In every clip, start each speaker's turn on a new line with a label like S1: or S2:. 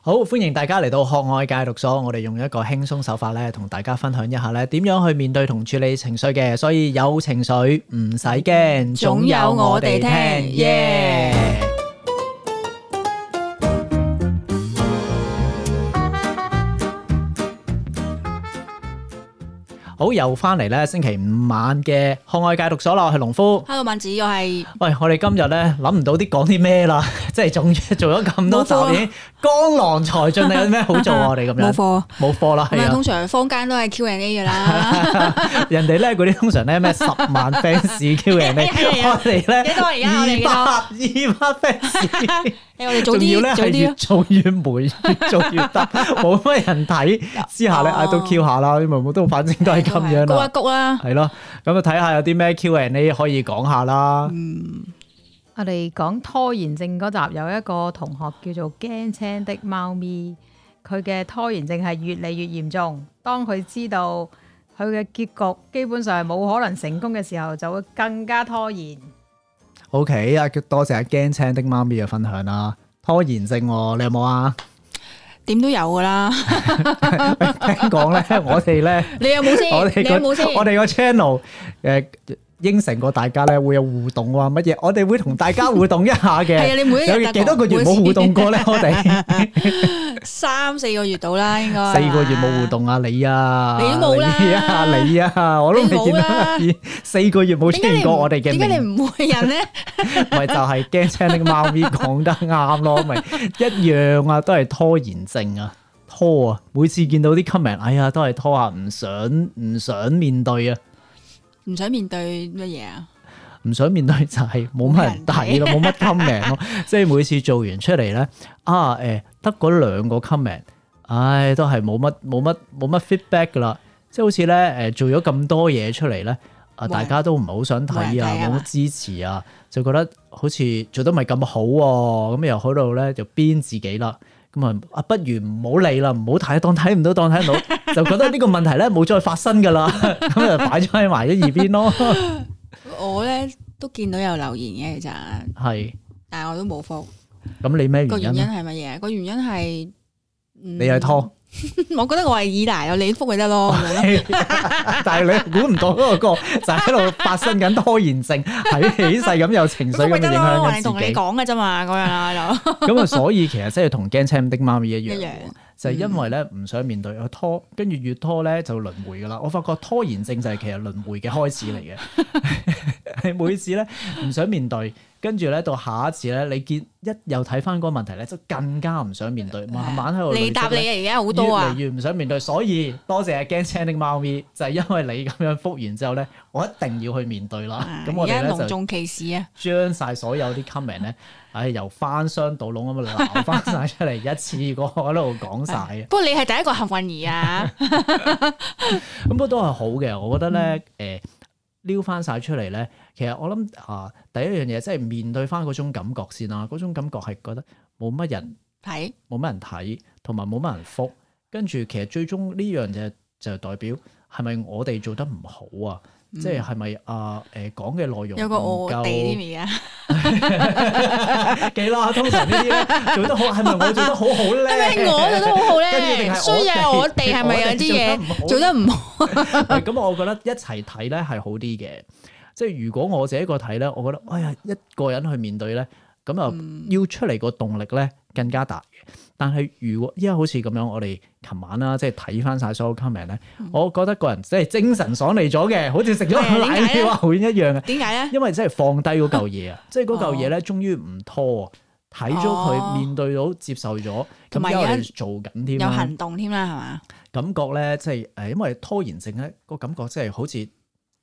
S1: 好，歡迎大家嚟到學愛戒毒所，我哋用一個輕鬆手法咧，同大家分享一下咧點樣去面對同處理情緒嘅，所以有情緒唔使驚，
S2: 總有我哋聽耶
S1: 好，又翻嚟咧，星期五晚嘅學愛戒毒所啦，我係農夫。
S2: Hello，萬子，我係
S1: 喂，我哋今日咧諗唔到啲講啲咩啦， 即係仲做咗咁多集
S2: 冇貨啊
S1: 已經江郎才盡，你有啲咩好做 啊？我哋咁
S2: 冇
S1: 樣
S2: 貨，
S1: 冇貨啦，
S2: 唔
S1: 係
S2: 係
S1: 啊
S2: 通！常坊間都係 Q&A 噶 啦，
S1: 人哋咧嗰啲通常咧 咩十萬 fans Q 人哋，
S2: 係
S1: 我
S2: 啊
S1: 哋咧
S2: 幾多啊而家我哋幾多
S1: 二百二百 fans，
S2: 誒我哋早
S1: 仲要咧
S2: 啲，早
S1: 係
S2: 啲
S1: 越
S2: 啊，
S1: 做越霉，越做越 得，冇乜人睇之下咧，
S2: 哦
S1: 嗌到 Q 下啦，因為冇都反正都係咁樣
S2: 谷一
S1: 啦，
S2: 谷啦，
S1: 係咯，咁啊睇下有啲咩 Q&A 可以講下啦，
S3: 我哋講拖延症嗰集有一個同學叫做驚青的貓咪，佢嘅拖延症係越嚟越嚴重。當佢知道佢嘅結局基本上係冇可能成功嘅時候，就會更加拖延。
S1: OK 啊，多謝阿驚青的媽咪嘅分享啦。拖延症喎，你有冇啊？
S2: 點都有噶啦，
S1: 聽講 咧，我哋咧，
S2: 你有冇先？
S1: 我哋
S2: 你有冇先
S1: 個？我哋個 channel 誒應承過大家咧會有互動啊乜嘢，我哋會同大家互動一下
S2: 係啊，
S1: 嘅。
S2: 你每一日
S1: 有幾多個月冇互動過咧？我哋
S2: 三四個月到啦，應該
S1: 四個月冇互，動啊！你啊，
S2: 你都冇啦
S1: 你啊，你啊，我都未見
S2: 你冇啦
S1: 到你。四個月冇出
S2: 點解
S1: 現
S2: 你
S1: 過
S2: 唔
S1: 我哋嘅
S2: 點解
S1: 名
S2: 你唔會 人咧？
S1: 咪就係驚青啲貓咪講得啱咯，咪一樣啊，都係拖延症啊，拖啊！每次見到啲 comment，哎呀，都係拖啊，唔想唔想面對啊，
S2: 唔想面對乜嘢啊？
S1: 唔想面對就係冇乜人睇咯，冇 乜 comment 咯，即係每次做完出嚟咧，啊誒，得嗰兩個 comment，唉，都係冇乜冇乜冇乜 feedback 噶啦，即係好似咧誒做咗咁多嘢出嚟咧。啊！
S2: 冇人
S1: 大家都唔係好想睇啊
S2: 冇人睇，啊
S1: 冇
S2: 嘛
S1: 乜支持啊，就覺得好似做得唔係咁好喎、咁又喺度咧就鞭自己啦。咁啊，啊不如唔好理啦，唔好睇，當睇唔到，當睇唔 到，就覺得呢個問題咧冇再發生噶啦，咁就擺咗喺埋一二邊咯。
S2: 我咧都見到有留言嘅，其實，
S1: 係，
S2: 但係我都冇覆。
S1: 咁你咩
S2: 個
S1: 原
S2: 原因
S1: 因啊？
S2: 係乜嘢？個原因係你
S1: 你係拖，
S2: 我覺得我係依賴，我你覆咪得咯，咁樣咯
S1: 但係你估唔到嗰個就喺度發生緊拖延 症，喺起勢咁有情緒
S2: 覆咪
S1: 咁影
S2: 得咯，我
S1: 響緊
S2: 哋同
S1: 自
S2: 你
S1: 己。
S2: 講嘅啫嘛，嗰樣啦就
S1: 咁啊，所以其實真係同驚青的媽咪一
S2: 一
S1: 樣
S2: 樣
S1: 喎。就係因為咧唔想面對，我拖，跟住越拖咧就輪迴噶啦。我發覺拖延症就係其實輪迴嘅開始嚟嘅。 係每次咧唔想面對，跟住咧到下一次咧，你見一又睇翻嗰個問題咧，就更加唔想面對，慢慢喺度累積
S2: 你
S1: 呢
S2: 答你啊，而家好多啊，
S1: 越嚟越唔想面對。所以多謝驚青的貓咪，就係因為你咁樣覆完之後咧，我一定要去面對啦
S2: 啊。
S1: 咁我哋
S2: 而家
S1: 咧
S2: 隆
S1: 就
S2: 重其事啊，
S1: 將晒所有啲 comment 咧， 唉由翻箱倒籠咁樣啊鬧翻晒出嚟，一次過喺度講晒啊！
S2: 不過你係第一個幸運 兒啊，
S1: 咁不過都係好嘅，我覺得
S2: 嗯
S1: 咧，誒撩翻晒出嚟咧，其實我諗啊、第一樣嘢即係面對翻嗰種感覺先啦，嗰種感覺係覺得冇乜人
S2: 係
S1: 冇乜人睇，同埋冇乜人覆，跟住其實最終呢樣嘢就代表係咪我哋做得唔好啊？即係係咪啊誒講嘅內容
S2: 嗯有個
S1: 唔
S2: 我
S1: 夠
S2: 哋添而家，
S1: 幾 啦？通常呢啲咧做得好係咪我做得好好咧？
S2: 係咪我做得好好
S1: 跟住定
S2: 咧？
S1: 係
S2: 衰啊，
S1: 我
S2: 我
S1: 哋
S2: 哋係咪有啲嘢
S1: 我哋做得
S2: 做得唔好？
S1: 喂咁我覺得一齊睇咧係好啲嘅，即係如果我自己一個睇咧，我覺得哎呀一個人去面對咧，咁啊
S2: 嗯
S1: 要出嚟個動力咧更加大嘅。但係如果依家好似咁樣，我哋琴晚啦，即係睇翻晒所有 comment 咧，我覺得個人即係精神爽利咗嘅，好似食咗個奶
S2: 嗯係點解啊
S1: 料
S2: 呢
S1: 丸一樣嘅，
S2: 點解咧？
S1: 因為真係放低嗰嚿嘢啊，即係嗰嚿嘢咧，終於唔拖啊，睇咗
S2: 哦
S1: 佢面對到接受咗，咁
S2: 同埋
S1: 而家我
S2: 有
S1: 哋做緊添
S2: 有
S1: 啦。
S2: 行動添啦，係嘛？
S1: 感覺咧，即係呃誒，因為拖延症咧，個感覺即係好似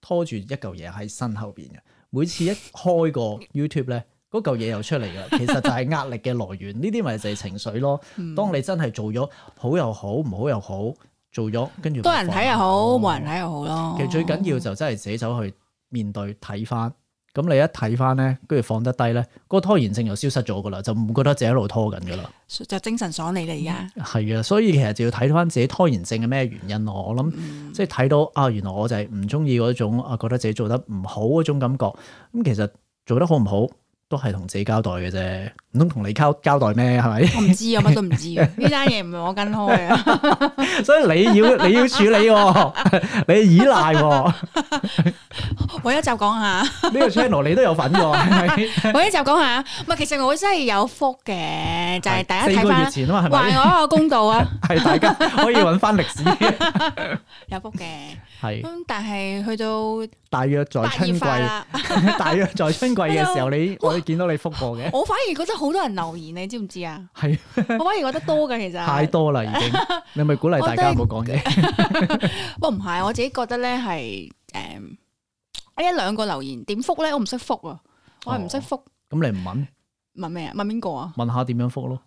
S1: 拖住一嚿嘢喺身後邊嘅。每次一開 個 YouTube 咧，嗰嚿嘢又出嚟嘅，其實就係壓力嘅來源。呢啲咪就係情緒咯。
S2: 嗯
S1: 當你真係做咗好又好，唔好又好，做咗跟住咪
S2: 多人睇又好，
S1: 放
S2: 冇人睇又好咯。
S1: 其實最緊要就真係自己走去面對睇翻。咁你一睇翻咧，跟住放得低咧，個拖延症又消失咗噶啦，就唔覺得自己一路拖緊噶啦。
S2: 就精神爽利啦，而家
S1: 係啊，所以其實就要睇翻自己拖延症嘅咩原因咯。我諗
S2: 嗯
S1: 即係睇到啊，原來啊我就係唔中意嗰種啊，覺得自己做得唔好嗰種感覺。咁其實做得好唔好都係同自己交代嘅啫，唔通同你交交代咩？係 咪？
S2: 我唔知啊，乜都唔知啊，呢單嘢唔係我跟開啊，
S1: 所以你要你要處理、喎，你要依賴、 喎。
S2: 我一集講下，
S1: 呢個 channel 你都有份喎，係咪？
S2: 我一集講下，唔係其實我真係有福嘅， 就係大家
S1: 四
S2: 睇
S1: 個月
S2: 翻，
S1: 前啊嘛，係
S2: 還
S1: 咪？
S2: 我一個公道 啊，
S1: 係大 家可以揾翻歷史，
S2: 有福 嘅。
S1: 係
S2: 咁但係去到
S1: 大約在
S2: 白
S1: 春
S2: 熱
S1: 季，
S2: 化啦，
S1: 大約在春季嘅時候，你我見到你覆過嘅，
S2: 我反而覺得好多人留言，你知唔知啊？
S1: 係
S2: 我反而覺得多嘅其 實。
S1: 太多啦已 經。你係咪鼓勵大家唔好講嘢，
S2: 我唔係，我自己覺得咧係誒呢一兩個留言點覆咧，我唔識覆啊，我係唔
S1: 哦
S2: 識覆
S1: 咁你唔問
S2: 問咩啊？問邊個啊？
S1: 問下點樣覆咯？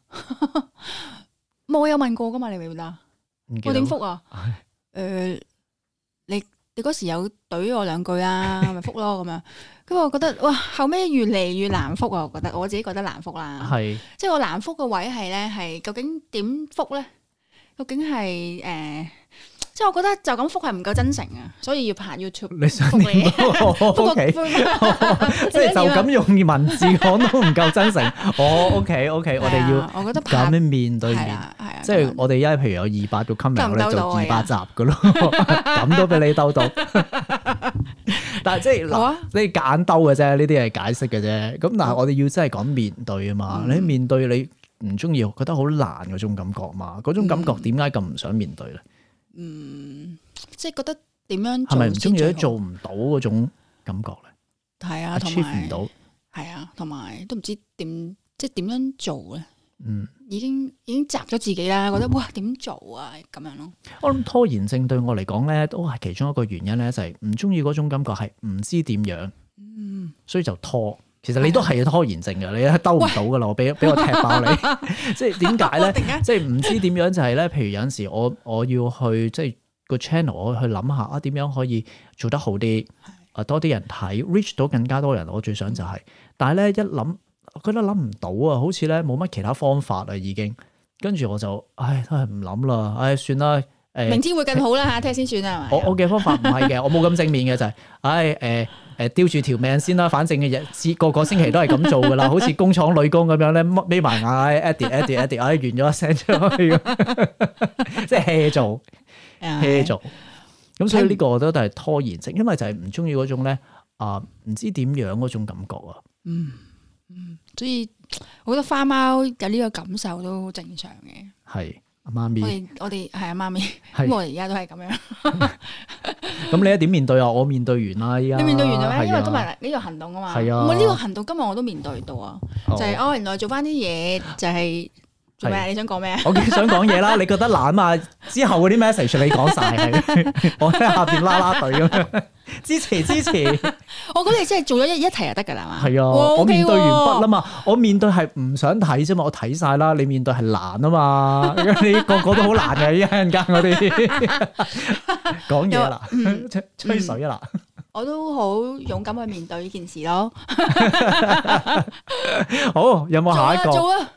S2: 冇我有問過噶嘛？你明唔明啊？
S1: 唔記
S2: 我
S1: 得
S2: 點
S1: 喎
S2: 覆 啊？誒你你嗰時有懟我兩句啊， 咪覆咯咁樣。咁我覺得哇，後尾越嚟越難覆啊！我覺得我自己覺得難覆啦，
S1: 係
S2: 即係我難覆嘅位係咧係究竟點覆咧？究竟係誒、即係我覺得就咁覆係唔夠真誠啊，所以要拍 YouTube
S1: 你想
S2: 覆你啊
S1: 點。我
S2: 覆
S1: O
S2: 個
S1: K，即係
S2: 啊
S1: 就咁用文字講都唔夠真誠。我 O K O K，我哋要
S2: 要，啊我覺得
S1: 咁
S2: 拍
S1: 樣面對
S2: 係
S1: 面。
S2: 啦，係啊，
S1: 即
S2: 咁
S1: 係
S2: 樣
S1: 我哋而家譬如有二百個 comment，
S2: 鬥唔
S1: 我
S2: 鬥
S1: 哋做
S2: 到啊
S1: 二百集噶咯， 咁都俾你鬥 到。但係即係
S2: 好
S1: 嗱
S2: 啊，
S1: 你揀兜嘅啫，呢啲係解釋嘅啫。咁但係我哋要真係講面對啊嘛，
S2: 嗯
S1: 你面對你唔中意，覺得好難嗰種感覺嘛，嗰種感覺點解咁唔想面對咧？
S2: 嗯，即係覺得點樣
S1: 係咪唔中意都
S2: 先最好
S1: 做？唔到嗰種感覺咧
S2: 係啊，同
S1: ？achieve 唔
S2: 埋
S1: 到，
S2: 係啊，同埋都唔知點即係點樣做咧，
S1: 嗯。
S2: 已經已經習咗自己啦，覺得哇點做啊咁樣咯，
S1: 我諗拖延症對我嚟講咧，都係其中一個原因咧，就係唔中意嗰種感覺，係唔知點樣，所以就拖。其實你都係拖延症嘅，你兜唔到噶啦，我俾俾我踢 爆你。即係點解
S2: 我
S1: 咧？
S2: 啊突然間
S1: 即係唔知點樣就係咧，譬如有陣時我我要去即係個 channel，我去諗下啊點樣可以做得好啲，啊多啲人睇，reach 到更加多人，我最想就係、但係咧一諗，我覺得諗唔到啊，好似咧冇乜其他方法啦已經，跟住我就唉都係唔諗啦，唉算啦，誒、
S2: 明知會更好啦吓，聽先算啦，係
S1: 我
S2: 咪
S1: 我嘅方法唔係 嘅，我冇咁正面嘅就係、唉誒誒吊住條命先啦，反正嘅日子個個星期都係咁做噶 啦，好似工廠女工咁樣咧，乜眯埋眼，edit edit edit，唉完咗一聲出去咁， 即係 hea 做
S2: 啊
S1: hea 做。咁所以呢個我覺得都係拖延症，因為就係唔中意嗰種咧啊唔知點樣嗰種感覺啊。
S2: 嗯嗯，所以我覺得花貓有呢個感受都好正常嘅。
S1: 係阿媽
S2: 我
S1: 咪，
S2: 哋我哋係啊，媽咪，
S1: 係
S2: 咁我哋而家都係咁樣。
S1: 咁你一點面對啊？我面對完啦，依家
S2: 你面對完啦咩？因為
S1: 係
S2: 今日
S1: 啊
S2: 呢個行動啊嘛，
S1: 係啊
S2: 我呢個行動今日我都面對到啊，就係
S1: 哦
S2: 哦，原來做翻啲嘢就係做咩啊？你想講咩啊？
S1: 我幾想講嘢啦，你覺得懶啊？之後嗰啲 message 你講晒，係我喺下邊啦啦隊咁樣支持支持，係
S2: 我覺得你真係做咗一一題就得㗎啦嘛。
S1: 啊！
S2: 哇
S1: 我面對完畢啦
S2: OK 喎
S1: 嘛，我面對係唔想睇啫嘛，我睇晒啦。你面對係懶啊嘛，你個個都好懶嘅，一陣間嗰 啲講嘢啦，
S2: 嗯
S1: 吹吹水啦，
S2: 我都好勇敢去面對呢件事咯。
S1: 好有冇
S2: 做
S1: 下
S2: 啊
S1: 一個？
S2: 做啊！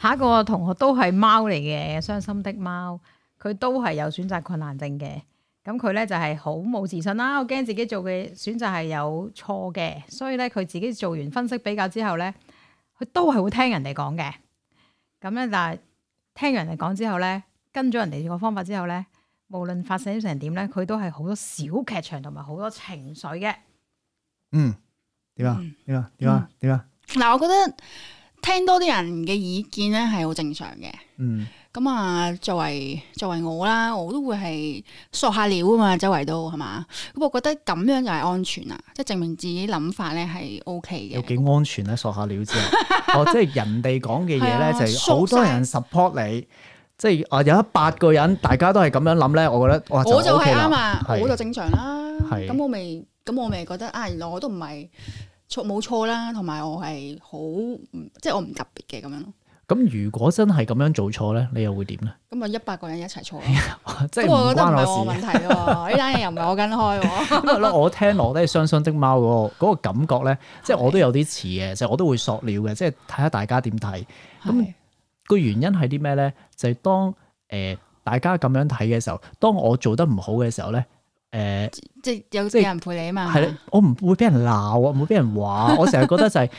S3: 下一個同學都係貓嚟嘅，傷心的貓，佢都係有選擇困難症嘅。咁佢咧就係好冇自信啦，我驚自己做嘅選擇係有錯嘅，所以咧佢自己做完分析比較之後咧，佢都係會聽人哋講嘅。咁咧，但係聽人哋講之後咧，跟咗人哋個方法之後咧，無論發生成點咧，佢都係好多小劇場同埋好多情緒嘅。
S1: 嗯，點啊？點啊？點啊？點啊？
S2: 嗱，我覺得聽多啲人嘅意見咧係好正常嘅。
S1: 嗯，
S2: 咁啊，作為作為我啦，我都會係索下料啊嘛，周圍都係嘛。咁我覺得咁樣就係安全啦，即係證明自己諗法咧係 O K
S1: 有
S2: 嘅。
S1: 幾安全咧？索下料之 後，哦，即係人哋講嘅嘢
S2: 係啊
S1: 咧，就係好多
S2: 縮晒
S1: 人 support 你，即係啊有一百個人，大家都係咁樣諗咧，我覺得哇
S2: 我就係
S1: OK 啦
S2: 啱啊，
S1: 係
S2: 我就正常啦。
S1: 係
S2: 咁我咪咁我咪覺得啊，原來我都唔係錯冇錯啦，同埋我係好唔即係我唔特別嘅咁樣咯。
S1: 咁如果真係咁樣做錯咧，你又會點咧？
S2: 咁啊，一百個人一齊錯咯，
S1: 即係
S2: 咁我
S1: 唔
S2: 覺得唔
S1: 關
S2: 係我
S1: 我
S2: 問
S1: 事。
S2: 題 喎，呢單嘢又唔係我跟開喎。
S1: 因為咧，我聽落都係傷心的貓嗰個嗰個感覺咧，即係我都有啲似嘅，就係我都會索料嘅，即係睇下大家點睇。咁
S2: 係
S1: 個原因係啲咩咧？就係當誒大家咁樣睇嘅時候，當我做得唔好嘅時候咧，誒、诶
S2: 即係有
S1: 即係
S2: 有人陪你啊嘛，
S1: 系啦，我唔會俾人鬧啊，唔會俾人話。我成 日覺得就係，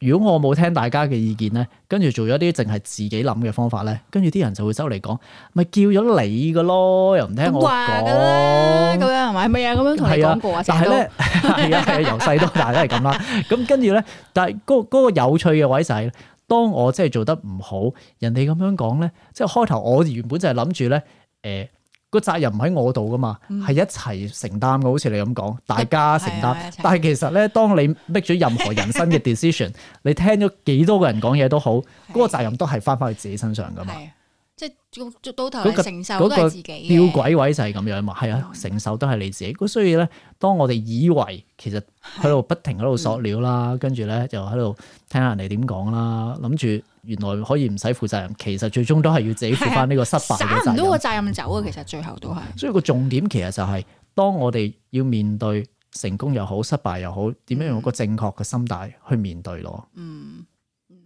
S1: 如果我冇聽大家嘅意見咧，跟住做咗啲淨係自己諗嘅方法咧，跟住啲人就會走嚟講，咪叫咗你嘅咯，又唔聽
S2: 咁
S1: 我
S2: 話㗎啦，
S1: 講
S2: 咁。樣係咪？係咪啊？咁樣同你
S1: 係啊
S2: 講過啊，
S1: 但
S2: 成日
S1: 係
S2: 都
S1: 咧，係啊係 啊，由細到大都係咁啦。咁跟住咧，但係嗰嗰個有趣嘅位就係咧，當我真係做得唔好，人哋咁樣講咧，即係開頭我原本就係諗住咧，誒個責任唔喺我度噶嘛，係一齊承擔嘅，好似你咁講，大家承擔
S2: 嗯係啊係啊一齊。
S1: 但係其實咧，當你 make 咗任何人生嘅 decision，你聽咗幾多個人講嘢都好，嗰個責任都係翻返去自己身上噶嘛。
S2: 係即係到到頭
S1: 嗰個
S2: 嚟承
S1: 嗰
S2: 受
S1: 個
S2: 都係自己嘅
S1: 吊鬼位就係咁樣嘛，係啊，
S2: 嗯
S1: 承受都係你自己。咁所以咧，當我哋以為其實喺度不停喺度
S2: 嗯
S1: 索料啦，跟住咧就喺度聽下人哋點講啦，諗住原來可以唔使負責任，其實最終都係要自己負翻呢個失敗嘅
S2: 散唔
S1: 責
S2: 到個
S1: 任。
S2: 責任走啊！其實最後都係
S1: 所以個重點其實就係、當我哋要面對成功又好、失敗又好，點樣用一個正確嘅心態去面對咯。
S2: 嗯嗯。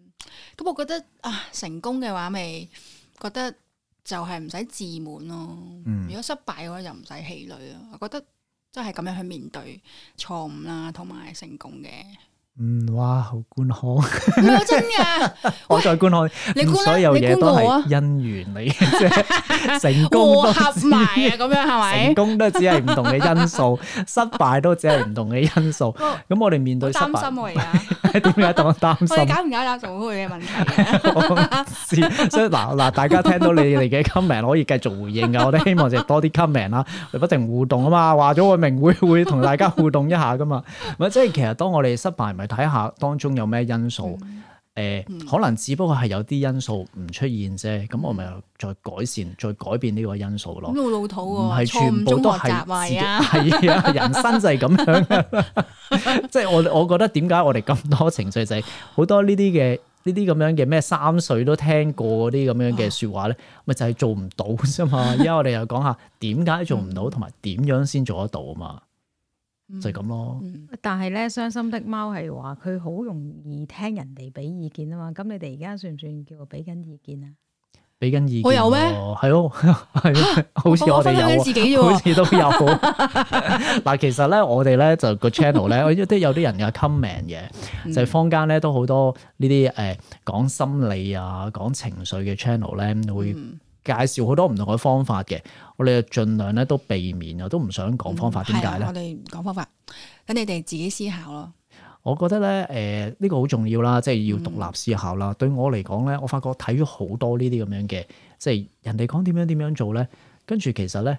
S2: 咁我覺得啊，成功嘅話咪覺得就係唔使自滿咯。
S1: 嗯
S2: 如果失敗嘅話，就唔使氣餒咯。我覺得真係咁樣去面對錯誤啦，同埋成功嘅。
S1: 嗯，哇，好官腔，
S2: 唔係我真㗎，
S1: 我再官腔。
S2: 你
S1: 唔
S2: 觀
S1: 所有
S2: 啦，你
S1: 嘢都
S2: 觀過我啊
S1: 係，因緣嚟嘅 啫，成功都
S2: 和合
S1: 只
S2: 埋啊，咁樣係
S1: 成
S2: 咪？
S1: 功都只係唔同嘅因 素，失敗都只係唔同嘅因素。
S2: 我
S1: 咁我哋面
S2: 我
S1: 對失
S2: 擔心
S1: 敗，
S2: 我而 家，
S1: 點解當我擔
S2: 我哋
S1: 心？
S2: 搞唔搞搞仲好 嘅問題啊。
S1: 我唔知所以嗱嗱，大家聽到你哋嘅 comment 可以繼續回 應噶。我哋希望就多啲 comment 啦，你不停互動啊嘛。話咗我明會 會同大家互動一下噶嘛。咪即係其實當我哋失敗，咪睇下當中有咩因素。
S2: 嗯
S1: 誒、可能只不過係有啲因素唔出現啫，咁我咪再改善、再改變呢個因素咯。
S2: 咁好老土
S1: 唔
S2: 喎，
S1: 係
S2: 錯
S1: 全
S2: 誤
S1: 部
S2: 中
S1: 都
S2: 學
S1: 係
S2: 習啊，
S1: 自
S2: 而
S1: 己 係
S2: 家
S1: 啊，人生就係咁樣㗎 即係我我覺得點解我哋咁多情緒就係好多呢啲嘅呢啲咁樣嘅咩三歲都聽過嗰啲咁
S2: 啊
S1: 樣嘅説話咧，咪就係做唔到啫嘛。 而家我哋又講下點解做
S2: 嗯
S1: 唔到，同埋點樣先做得到啊嘛，就係咁咯。
S2: 嗯。
S3: 但係咧，傷心的貓係話佢好容易聽人哋俾意見啊嘛。咁你哋而家算唔算叫做俾緊意見啊？
S1: 俾緊意見喎，
S2: 我有咩
S1: 係咯，係 咯好似我哋
S2: 分享緊
S1: 有啊
S2: 自己啫
S1: 好
S2: 喎，
S1: 似都有。 嗱，其實咧，我哋咧就個 channel 咧，我都有啲人有 comment
S2: 嗯
S1: 嘅，就係坊間咧都好多呢啲誒講心理啊、講情緒嘅 channel 咧，會
S2: 嗯
S1: 介紹好多唔同嘅方法嘅。我哋就盡量咧都避免，啊我都唔想講方法，點
S2: 係
S1: 解
S2: 啊
S1: 咧
S2: 我？哋講方法，咁你哋自己思考咯。
S1: 我覺得咧，誒呢個好重要啦，即係要獨
S2: 嗯
S1: 立思考啦。對我嚟講咧，我發覺睇咗好多呢啲咁樣嘅，即係人哋講點樣點樣做咧，跟住其實咧，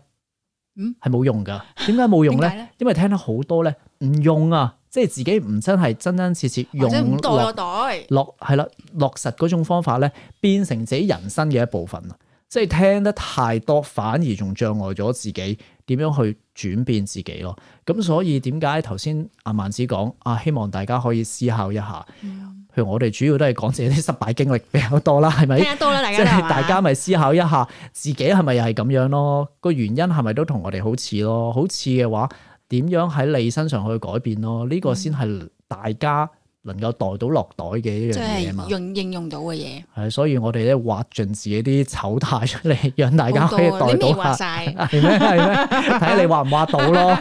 S2: 嗯
S1: 係冇用㗎。點解冇用
S2: 點
S1: 咧
S2: 解？咧？
S1: 因為聽得好多咧，唔用啊，即係自己唔真係真真切切
S2: 或
S1: 用
S2: 者唔袋
S1: 落
S2: 我袋，
S1: 落係啦，落實嗰種方法咧，變成自己人生嘅一部分啊！即係聽得太多，反而仲障礙咗自己點樣去轉變自己咯。咁所以點解頭先阿萬子講啊，希望大家可以思考一下。
S2: 嗯
S1: 譬如我哋主要都係講自己啲失敗經歷比較多啦，係咪？
S2: 聽得多啦，大
S1: 即
S2: 家
S1: 係
S2: 係嘛
S1: 大家咪思考一下，自己係咪又係咁樣咯？個原因係咪都同我哋好似咯？好似嘅話，點樣喺你身上去改變咯？呢、個先
S2: 嗯
S1: 係大家能夠袋到落袋嘅一樣
S2: 即
S1: 嘢嘛
S2: 係。用應用到嘅嘢，
S1: 係，所以我哋咧挖盡自己啲醜態出嚟，讓大家
S2: 好
S1: 可以
S2: 多啊
S1: 袋
S2: 你未
S1: 到
S2: 話
S1: 下。
S2: 晒，
S1: 係咩？係咩？睇下你挖唔挖到咯。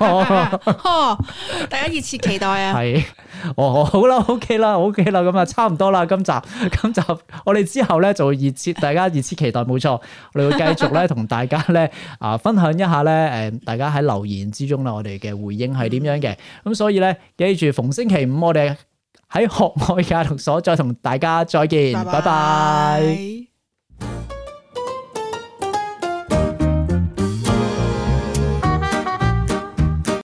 S2: 呵大家熱切期待啊！
S1: 係， 哦，好啦，OK 啦，OK 啦，咁啊，差唔多啦，今集， 今集我哋之後咧就會熱切，大家熱切期待，冇錯，我哋會繼 續咧同大家咧啊分享一下咧，誒，大家喺留言之中啦，我哋嘅回應係點樣嘅，咁所以咧，記住逢星期五我哋喺學外教育所再同大家再見，拜拜。
S2: 拜拜